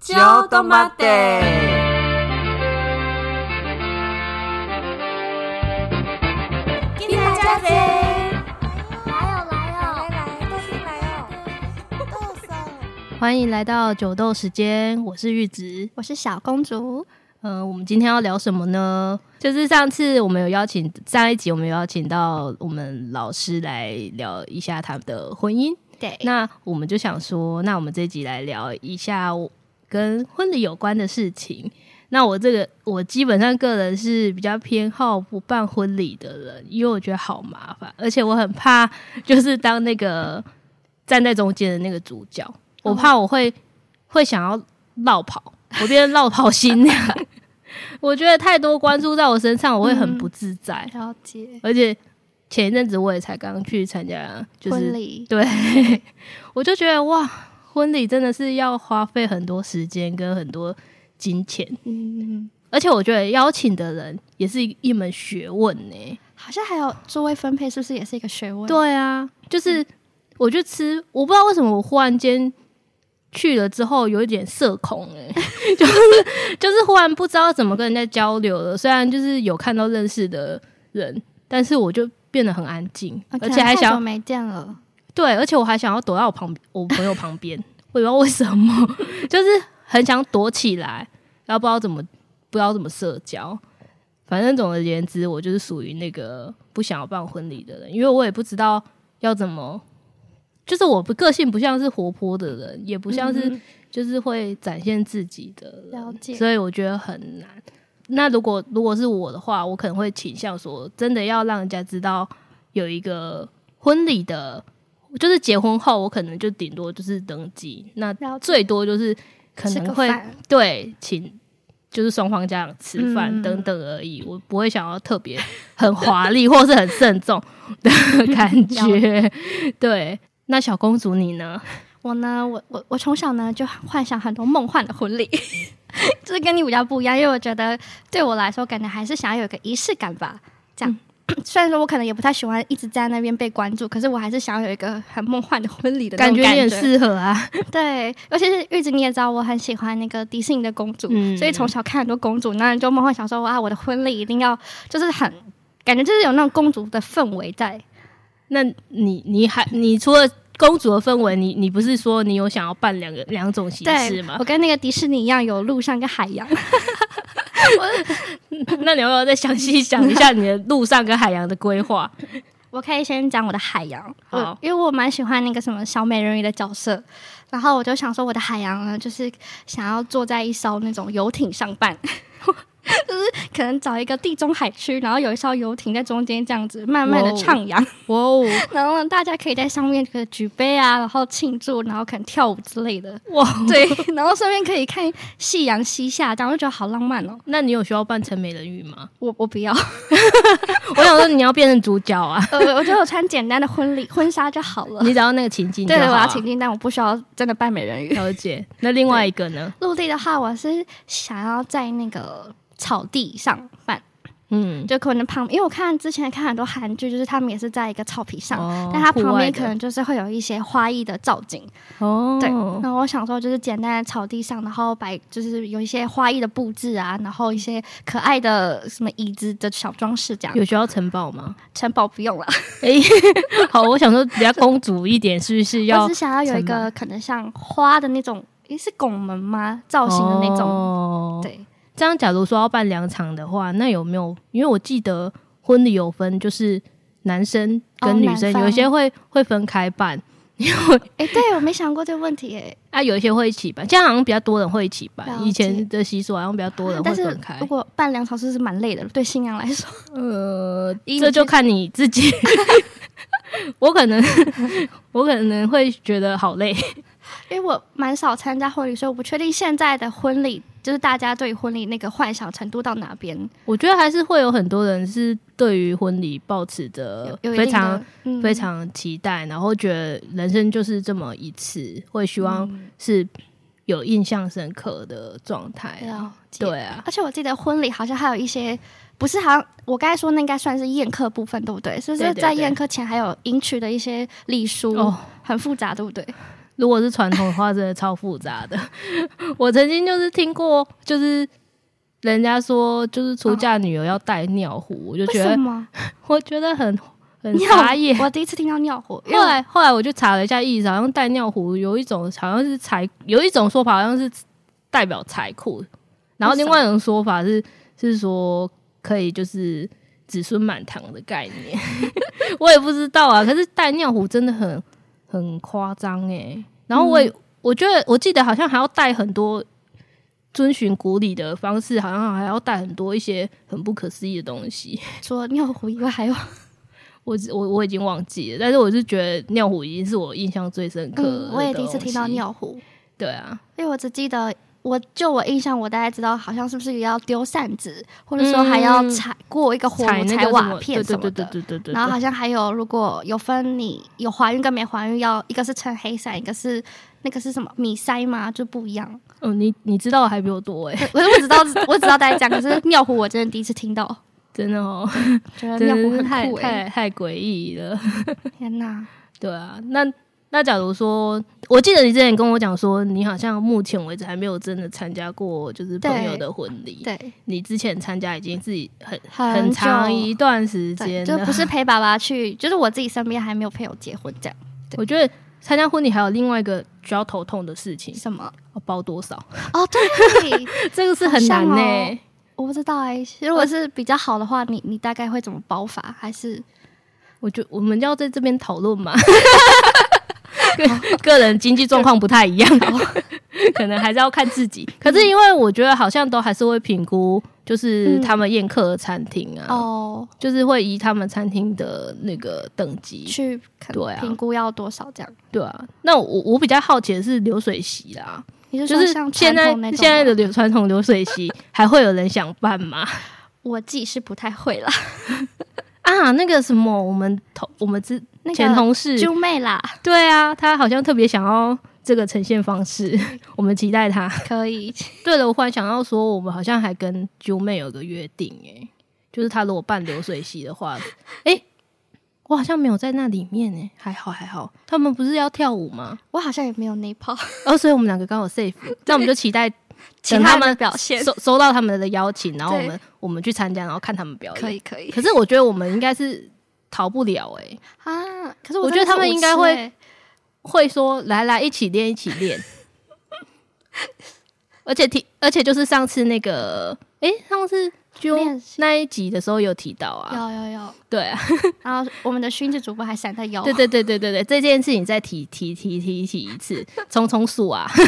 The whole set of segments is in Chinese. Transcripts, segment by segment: ちょっと待って。给大家噻！来哦来哦，来来，都是来哦，都是欢迎来到酒豆时间，我是玉子。我是小公主，嗯、我们今天要聊什么呢？就是上次我们有邀请，上一集我们有邀请到我们老师来聊一下他的婚姻。对，那我们就想说，那我们这一集来聊一下我跟婚礼有关的事情。那我这个我基本上个人是比较偏好不办婚礼的人，因为我觉得好麻烦，而且我很怕就是当那个站在中间的那个主角，我怕我会会想要绕跑，我变成绕跑新娘。 我觉得太多关注在我身上，我会嗯很不自在。了解。而且前一阵子我也才刚去参加，就是婚礼对， 我就觉得哇，婚礼真的是要花费很多时间跟很多金钱，嗯，而且我觉得邀请的人也是一门学问呢、好像还有座位分配，是不是也是一个学问？，对啊，就是我就吃，我不知道为什么我忽然间去了之后有一点社恐哎、 就是就是忽然不知道怎么跟人家交流了。虽然就是有看到认识的人，但是我就变得很安静，而且还啊太想久没见了，对，而且我还想要躲到我旁我朋友旁边， 我也不知道为什么， 就是很想躲起来，然后不知道怎么不知道怎么社交。反正总而言之，我就是属于那个不想要办婚礼的人，因为我也不知道要怎么，就是我不个性不像是活泼的人，也不像是就是会展现自己的人了解。所以我觉得很难。那如果如果是我的话，我可能会倾向说，真的要让人家知道有一个婚礼的，就是结婚后，我可能就顶多就是登记，那了解最多就是可吃能个会饭对请就是双方家长吃饭嗯等等而已，我不会想要特别很华丽或是很慎重的感 觉。对，那小公主你呢？我呢，我我我从小呢就幻想很多梦幻的婚礼， 这跟你比较不一样，因为我觉得对我来说，感觉还是想要有一个仪式感吧。这样，嗯虽然说我可能也不太喜欢一直在那边被关注，可是我还是想要有一个很梦幻的婚礼的那感种觉感你觉。很适合啊，对，尤其是玉子，你也知道我很喜欢那个迪士尼的公主，嗯所以从小看很多公主，那你就梦幻想说，哇，我的婚礼一定要就是很感觉就是有那种公主的氛围在。那你你还你除了公主的氛围，你你不是说你有想要办两个两种形式对吗，我？跟那个迪士尼一样，有陆上跟海洋。 那你要不要再详细讲一下你的路上跟海洋的规划？我可以先讲我的海洋，好我因为我蛮喜欢那个什么小美人鱼的角色，然后我就想说我的海洋呢，就是想要坐在一艘那种游艇上 办，就是可能找一个地中海区，然后有一艘游艇在中间这样子慢慢的哇哦徜徉，哇哦，然后呢大家可以在上面可以举杯啊，然后庆祝，然后可能跳舞之类的， 哇！哦对，然后顺便可以看夕阳西下，这样我就觉得好浪漫哦。那你有需要扮成美人鱼吗？我我不要，我想说你要变成主角啊，呃，我觉得我穿简单的婚礼婚纱就好了。你只要那个情境就对，好、啊。我要情境，但我不需要真的扮美人鱼。了解。那另外一个呢？ 陆地的话，我是想要在那个草地上办，嗯，就可能旁，因为我看之前看很多韩剧，就是他们也是在一个草皮上，哦但它户旁外边的可能就是会有一些花艺的造景。哦，对，然后我想说，就是简单的草地上，然后摆就是有一些花艺的布置啊，然后一些可爱的什么椅子的小装饰这样。有需要城堡吗？城堡不用了，哎、 好，我想说比较公主一点，是不是要 我只想要有一城个可能像花的那种，诶，是拱门吗？造型的那种。哦对，这样，假如说要办两场的话，那有没有？因为我记得婚礼有分，就是男生跟女哦生，男方有些会会分开办哎、对我没想过这个问题耶。啊，有一些会一起办。现在好像比较多人会一起了办，解啊以前的习俗好像比较多 人会但分是开如。果办两场是不是蛮累的？对新娘来说，呃，以这你就去看你 自己。我可能 我可能会觉得好累，因为我蛮少参加婚礼，所以我不确定现在的婚礼就是大家对婚礼那个幻想程度到哪边。我觉得还是会有很多人是对于婚礼抱持着有有一非定常的、嗯非常期待，然后觉得人生就是这么一次，会希嗯望是有印象深刻的状态啊、了解。对啊，而且我记得婚礼好像还有一些，不是好像我刚才说那应该算是宴客部分，对不对？是不对是对在对宴客前还有迎娶的一些礼书，哦很复杂，对不对？如果是传统的话，真的超复杂的。 我曾经就是听过，就是人家说，就是出嫁女儿要带尿壶，我就嗯为觉什得，么我觉得很很尿傻眼。我第一次听到尿 壶，因为后来后来我就查了一下意思，好像带尿壶有一种好像是财，有一种说法好像是代表财库，然后另外一种说法是是说可以就是子孙满堂的概 念，我也不知道啊。可是带尿壶真的很很夸张诶。然后我嗯也、我觉得我记得好像还要带很多。遵循古礼的方式，好像还要带很多一些很不可思议的东西。除了尿壶以外， 还有我只我我已经忘记了，但是我是觉得尿壶已经是我印象最深刻的、嗯，我也第一次听到。尿壶，对啊，因为我只记得。我就我印象，我大概知道，好像是不是也要丢扇子，或者说还要嗯踩过一个火踩炉、那踩个什瓦么片什对么对的对。对对对对。然后好像还有，如果有分你有怀孕跟没怀孕，要一个是撑黑伞，一个是那个是什么米塞嘛，就不一样。嗯，你你知道的还比我 多哎、我我只知道我只知道大家讲，可是尿壶我真的第一次听到，真的哦，觉得真啊尿的壶是很太酷哎、太太诡异了。天哪，对啊，那那假如说，我记得你之前跟我讲说，你好像目前为止还没有真的参加过就是朋友对的婚礼，对，你之前参加已经自己很很很长久一段时对，间啊就了，不是陪爸爸去，就是我自己身边还没有朋友结婚这样。对我觉得参加婚礼还有另外一个比较头痛的事情，什 么？要包多少？哦，对，这个是很难呢、好像哦 我不知道哎、如果是比较好的话，你你大概会怎么包法？还是我觉我们要在这边讨 论嘛。个个人经济状况不太一样，可能还是要看自己。可是因为我觉得好像都还是会评估，就是嗯他们宴客的餐厅啊，哦，就是会依他们餐厅的那个等级。去看对啊评估要多少这样？对啊，那我我比较好奇的是流水席啦，你是就说是像现传在统那种现在吗的流传统流水席还会有人想办吗？我自己是不太会啦， 啊，那个什么，我们同我们之那前个同事猪妹 啦，对啊，他好像特别想要这个呈现方 式，我们期待他。可以，对了，我忽然想到说，我们好像还跟九妹有个约定、欸，就是他如果办流水席的 话，诶，我好像没有在那里面、欸，还好还好，他们不是要跳舞吗？我好像也没有那一炮，哦，所以我们两个刚好 safe，那我们就期待其 等他他们的表现收收到他们的邀请，然后我对们我们去参加，然后看他们表演。可以可以可是我觉得我们应该是逃不了、欸，啊，可是我我觉得真的是他们无应该知会欸会说来来一起练一起 练，而且提而且就是上次那个诶，上次就练习那一集的时候有提到啊，有有有，对啊，然后我们的熏子主播还闪在腰，对对对对对对，这件事情再提提提提提一次，冲冲数啊。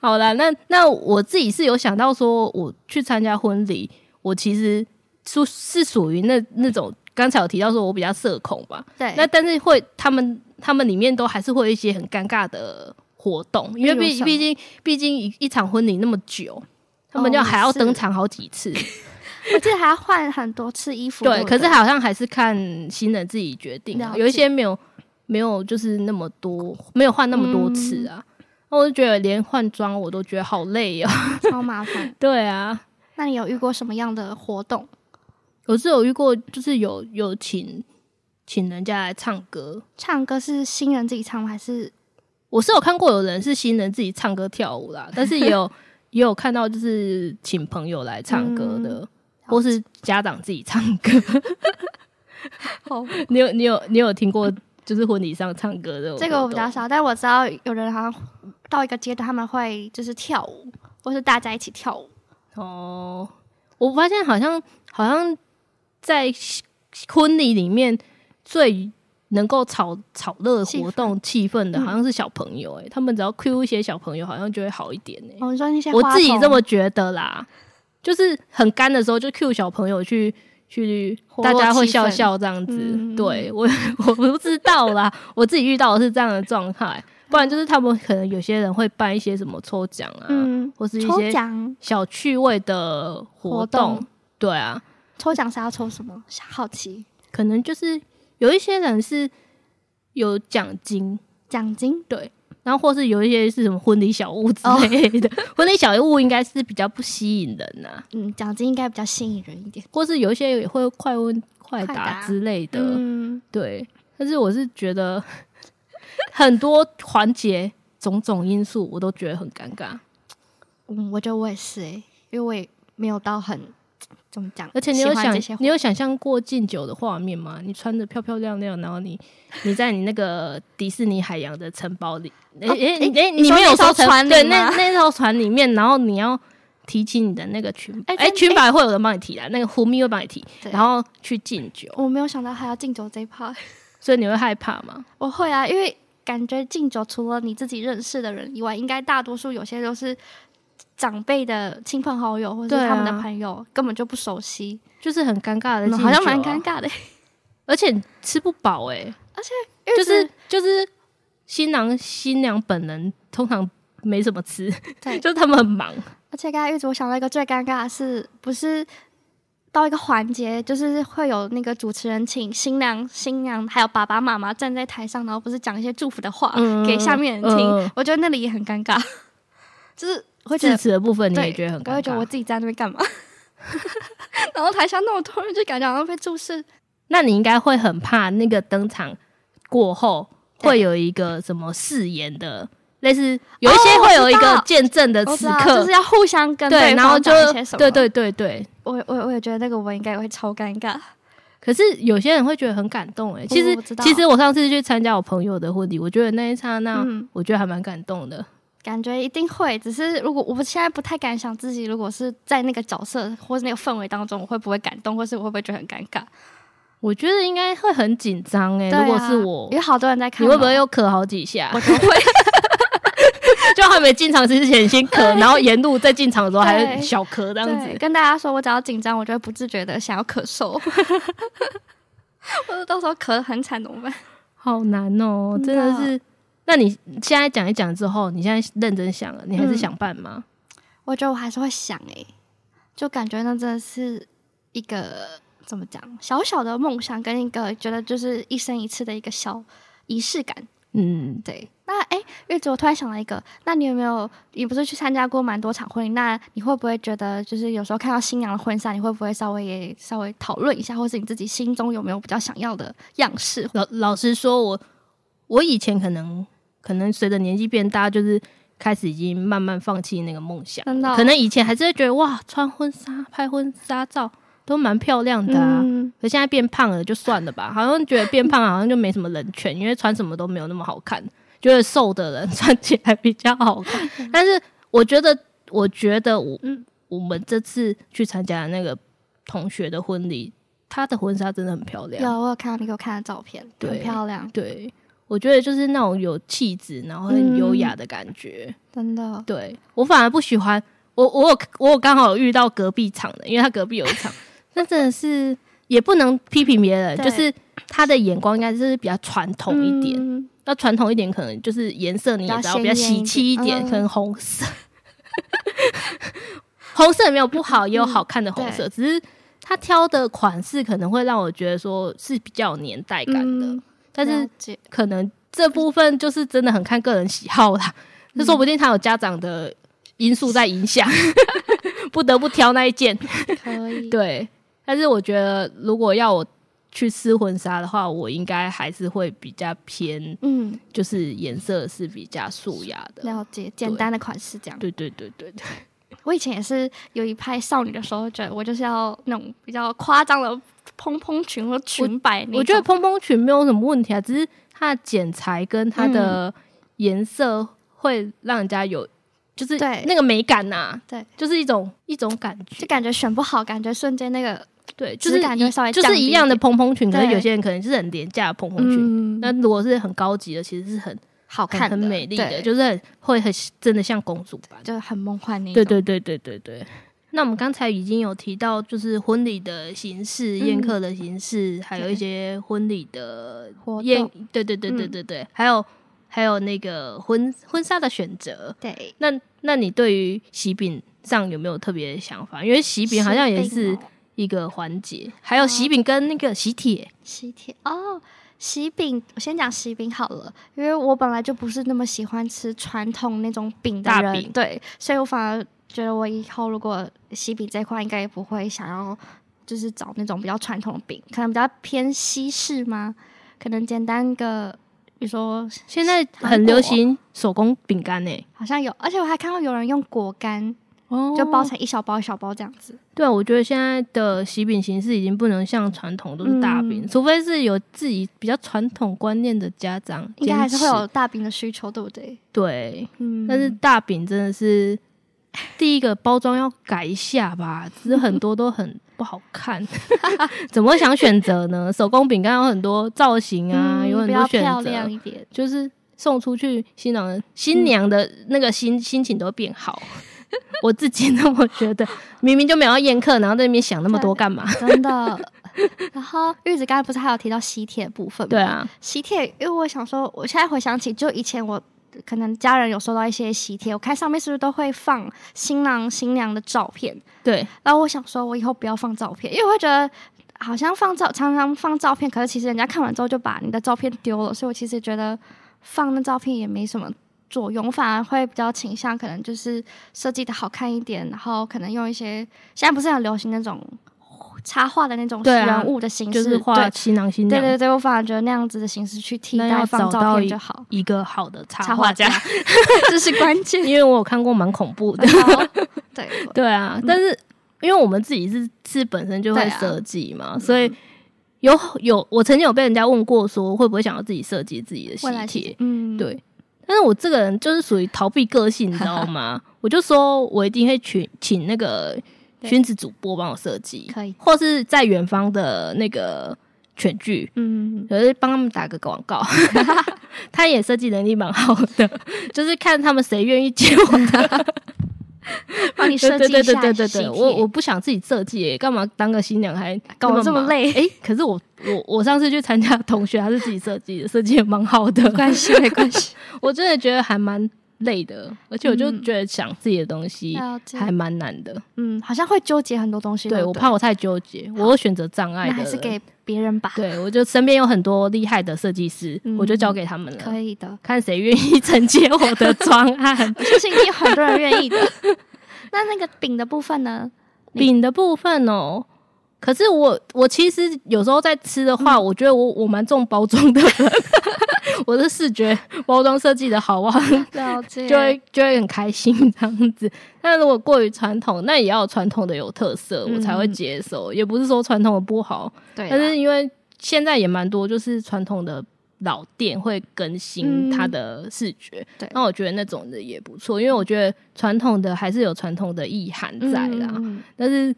好啦，那那我自己是有想到说，我去参加婚礼，我其实是是属于那那种刚才有提到说我比较社恐吧，对，那但是会，他们他们里面都还是会有一些很尴尬的活动，因为例如毕什么毕竟毕竟一一场婚礼那么久，他们就哦还要是登场好几次。我记得还要换很多次衣服，对，不可是好像还是看新人自己决定啊、了解有一些没有没有就是那么多，没有换那么多次啊。那我就觉得连换装我都觉得好累哦。超麻烦。对啊，那你有遇过什么样的活动？ 我是有遇过，就是有有请请人家来唱歌，唱歌是新人自己唱吗？还是我是有看过有人是新人自己唱歌跳 舞啦，但是也有也有看到就是请朋友来唱歌嗯的，或是家长自己唱歌。 好你有你有你有听过就是婚礼上唱歌的活动？这个我比较少，但我知道有人好像到一个阶段他们会就是跳舞，或是大家一起跳舞。哦。我发现好像好像在婚礼里面最能够炒炒热气氛活动气氛的，好像是小朋友哎、欸他们只要 Q 一些小朋友，好像就会好一点哎、欸我、你说那些我花自己童这么觉得啦，就是很干的时候就 Q 小朋友去去，活大络家会气笑氛笑这样子。嗯对 我我不知道啦，我自己遇到的是这样的状态，不然就是他们可能有些人会办一些什么抽奖啊，嗯，或是一抽些奖小趣味的活活动。动对啊，抽奖是要抽什么？好奇可能就是有一些人是有奖金，奖金对。然后，或是有一些是什么婚礼小物之哦类的， 婚礼小物应该是比较不吸引人啊呐、嗯，奖金应该比较吸引人一点。或是有一些也会快问快快答答之类的，嗯，对。但是我是觉得， 很多环节种种因素，我都觉得很尴尬。嗯，我觉得我也是诶、因为我也没有到很怎么讲，而且你有喜欢想这些活你有想象过敬酒的画面吗？你穿的漂漂亮亮，然后你 你在你那个迪士尼海洋的城堡里，诶哦诶诶诶，你你说没有那艘说城船里对，那吗那艘船里面，然后你要提起你的那个裙，哎诶诶，真裙摆会有人帮你提啦，那个胡咪会帮你提，对然后去敬酒，我没有想到还要敬酒这一趴， 所以你会害怕吗？我会啊，因为感觉敬酒除了你自己认识的人以外，应该大多数有些都是长辈的亲朋好友或者对是啊他们的朋友，根本就不熟悉，就是很尴尬的敬嗯酒啊、好像蛮尴尬 的，而且吃不饱哎、因为就是就是新郎新娘本人通常没什么吃，对 就是他们很忙，而且刚才玉子，我想到一个最尴尬的是，不是到一个环节，就是会有那个主持人请新娘、新娘还有爸爸妈妈站在台上，然后不是讲一些祝福的话、嗯给下面人听，嗯我觉得那里也很尴尬， 就是会觉致得辞的部分你对也觉得很尴尬，我会觉得我自己在那边干嘛， 然后台下那么多人，就感觉好像被注视。那你应该会很怕那个登场过后对会有一个什么誓言的，类似有一些哦我会有一知个道见证的我知时道，刻，就是要互相跟对，然后方就讲一些什么。对，对对对。我我我也觉得那个我应该也会超尴尬。可是有些人会觉得很感动哎、其实哦我知道其实我上次去参加我朋友的婚礼，我觉得那一刹那，嗯我觉得还蛮感动的。感觉一定会，只是如果我现在不太敢想自己，如果是在那个角色或是那个氛围当中，我会不会感动，或是我会不会觉得很尴尬？我觉得应该会很紧张哎，对啊如果是我因，为好多人在看你嘛，会不会又咳好几下我？就会 就还没进场之前先咳，然后沿路在进场的时候还对会小咳这样对子。跟大家说，我只要紧张，我就会不自觉的想要咳嗽， 我到时候咳得很惨怎么办？好难哦，真真的的是。那你现在讲一讲之后，你现在认真想了，你还是嗯想办吗？我觉得我还是会想诶、就感觉那真的是一个怎么讲小小的梦想，跟一个觉得就是一生一次的一个小仪式感。嗯，对，那哎，月子，我突然想到一个，那你有没有？你不是去参加过蛮多场婚礼？那你会不会觉得，就是有时候看到新娘的婚纱，你会不会稍微也稍微讨论一下，或是你自己心中有没有比较想要的样式？老老实说，我我以前可能可能随着年纪变大，就是开始已经慢慢放弃那个梦想了。真的哦可能以前还是会觉得哇，穿婚纱拍婚纱照都蛮漂亮的啊。嗯，可现在变胖了就算了吧，好像觉得变胖好像就没什么人权，因为穿什么都没有那么好看，觉得瘦的人穿起来比较 好看。但是我觉得，我觉得我、嗯我们这次去参加的那个同学的婚礼，她的婚纱真的很漂有亮。我有看到你给我看的照片，啊对很漂亮，对，我觉得就是那种有气质，然后很优雅的感觉。真的。对我反而不喜欢，我我有我有刚好有遇到隔壁场的，因为他隔壁有一 场，那真的是也不能批评别人，对就是他的眼光应该就是比较传统一点，嗯那传统一点可能就是颜色你也知道比比较较鲜艳一点喜气一点，嗯可能红色， 红色也没有不好，也嗯有好看的红色，只是他挑的款式可能会让我觉得说是比较有年代感的，嗯但是了解可能这部分就是真的很看个人喜好啦，嗯就说不定他有家长的因素在影响， 不得不挑那一件。嗯可以，对，但是我觉得如果要我去试婚纱的话，我应该还是会比较偏，嗯，就是颜色是比较素雅的。了解，简单的款式这样。对对对对对，我以前也是有一派少女的时候，觉得我就是要那种比较夸张的蓬蓬裙或裙摆那种。我觉得蓬蓬裙没有什么问题啊，只是它的剪裁跟它嗯的颜色会让人家有，就是对那个美感呐、对，就是一种一种感觉就。感觉选不好，感觉瞬间那个对，就是质感就一稍微就降是低一一样的点蓬蓬裙，可是对有些人可能就是很廉价的蓬蓬裙。嗯，那如果是很高级的，其实是很好看很的、很美丽的，对就是很会很真的像公主般。就很梦幻那一对种。对对对对对。那我们刚才已经有提到，就是婚礼的形式、嗯宴客的形式，还有对一些婚礼的活宴动，对对对对嗯对对，还有还有那个婚婚纱的选择。对，那那你对于喜饼上有没有特别的想法？因为喜饼好像也喜是饼哦一个环节，还有喜饼跟那个喜帖，喜帖哦。喜饼，我先讲喜饼好了，因为我本来就不是那么喜欢吃传统那种饼的大人，饼对，所以我反而觉得我以后如果喜饼这一块，应该也不会想要就是找那种比较传统的饼，可能比较偏西式吗？可能简单个比如说现在很流行手工饼干欸呢。好像有，而且我还看到有人用果干哦就包成一小包一小包这样子。对啊，我觉得现在的喜饼形式已经不能像传统都是大饼，嗯除非是有自己比较传统观念的家长坚持，应该还是会有大饼的需求，对不对？对。嗯但是大饼真的是第一个包装要改一下吧，只是很多都很不好 看，怎么会想选择呢？手工饼干有很多造型啊，有很嗯比多较选漂亮择，一点， 就是送出去新郎的新娘的那个心、心情都会变 好。我自己那么觉得，明明就没有要宴客，然后在那边想那么多干嘛？真的。 然后玉子刚才不是还有提到喜帖的部分吗？对，啊，喜帖，因为我想说，我现在回想起，就以前我可能家人有收到一些喜帖，我看上面是不是都会放新郎新娘的照片？对，然后我想说，我以后不要放照片，因为我会觉得好像放照常常放照片，可是其实人家看完之后就把你的照片丢了，所以我其实觉得放那照片也没什么作用，我反而会比较倾向可能就是设计的好看一点，然后可能用一些现在不是很流行那种插画的那种对啊人物的形式，就是画对新郎新对娘，对对，我反而觉得那样子的形式去替那要代放找照到片一就好。一个好的插插画画家家， 这是关键。 因为 我有看过蛮恐怖的。好对， 对啊，但是因为我们自己是是本身就会对啊设计嘛，所以有有我曾经有被人家问过说会不会想要自己设计自己的喜未来是帖，嗯，对。但是我这个人就是属于逃避个性，你知道吗？我就说我一定会请请那个对宣子主播帮我设计，可以，或是在远方的那个犬剧，嗯，可是帮他们打个广 告，他也设计能力蛮好的，就是看他们谁愿意接我的。帮你设计对一对下对对对喜对，帖我我不想自己设计耶，干嘛当个新娘还搞得这么忙？累，哎、可是我我我上次去参加同学，他是自己设计的，设计也蛮好 的。没关系，没关 系。 我真的觉得还蛮累的，而且我就嗯觉得想自己的东西了 解还蛮难的。嗯，好像会纠结很多东西。对对，我怕，我太纠结，我有选择障碍那的。还是给别人吧。对，我就身边有很多厉害的设计师，嗯我就交给他们了。可以的，。看谁愿意承接我的专案 相信一定有很多人愿意的。那那个饼的部分呢？饼的部分哦，可是我我其实有时候在吃的嗯话，我觉得我我蛮重包装的人， 我的视觉包装设计的好啊，了解就会就会很开心这样子。但如果过于传统，那也要有传统的有特色，我才会嗯接受。也不是说传统的不好，对啦，但是因为现在也蛮多，就是传统的老店会更嗯新它的视觉，对那我觉得那种的也不错，因为我觉得传统的还是有传统的意涵在啦。嗯但是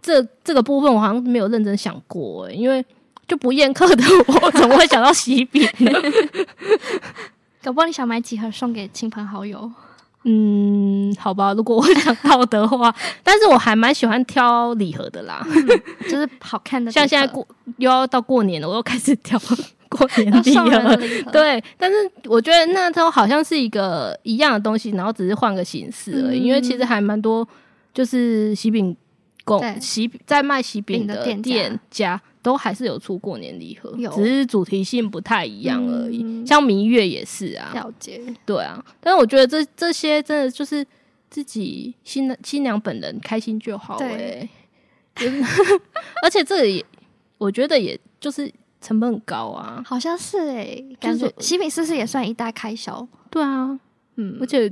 这这个部分我好像没有认真想过、欸，因为就不宴客的我怎么会想到喜饼呢？搞不好你想买几盒送给亲朋好友。 嗯，好吧，如果我想到的话， 但是我还蛮喜欢挑礼盒的 啦，就是好看的礼盒，像现在过又要到过年了，我又开始挑 过年要礼哦送人盒的。礼盒，对，但是我觉得那都好像是一个一样的东西，然后只是换个形式而已。嗯因为其实还蛮多，就是喜饼公对喜在卖喜饼饼的的店家店家都还是有出过年礼盒有，只是主题性不太一样而已。嗯像明月也是啊，了解。对啊。但是我觉得这这些真的就是自己新的新娘本人开心就好、欸， 对就是而且这个也我觉得也就是成本很高啊，好像是哎、感就觉是喜饼是不是也算一大开销？对啊，嗯而且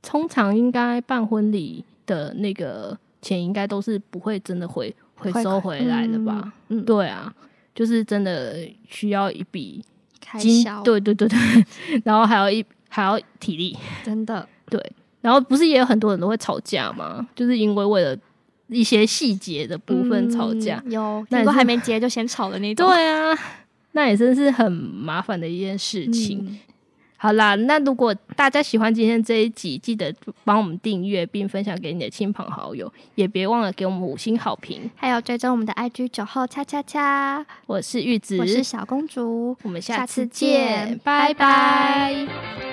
通常应该办婚礼的那个钱，应该都是不会真的回回收回来的吧？？嗯，嗯，对啊，就是真的需要一笔开金销，，对对对对， 然后还有一还要体力，真的，对，然后不是也有很多人都会吵架吗？就是因为为了一些细节的部分吵架，嗯有，那也如果是还没结就先吵的那种。对啊，那也真是很麻烦的一件事情。嗯好啦，那如果大家喜欢今天这一集，记得帮我们订阅并分享给你的亲朋好友，也别忘了给我们五星好评。还有追踪我们的 IG 九号恰恰恰，我是玉子，我是小公主，我们下下次次见见，拜拜拜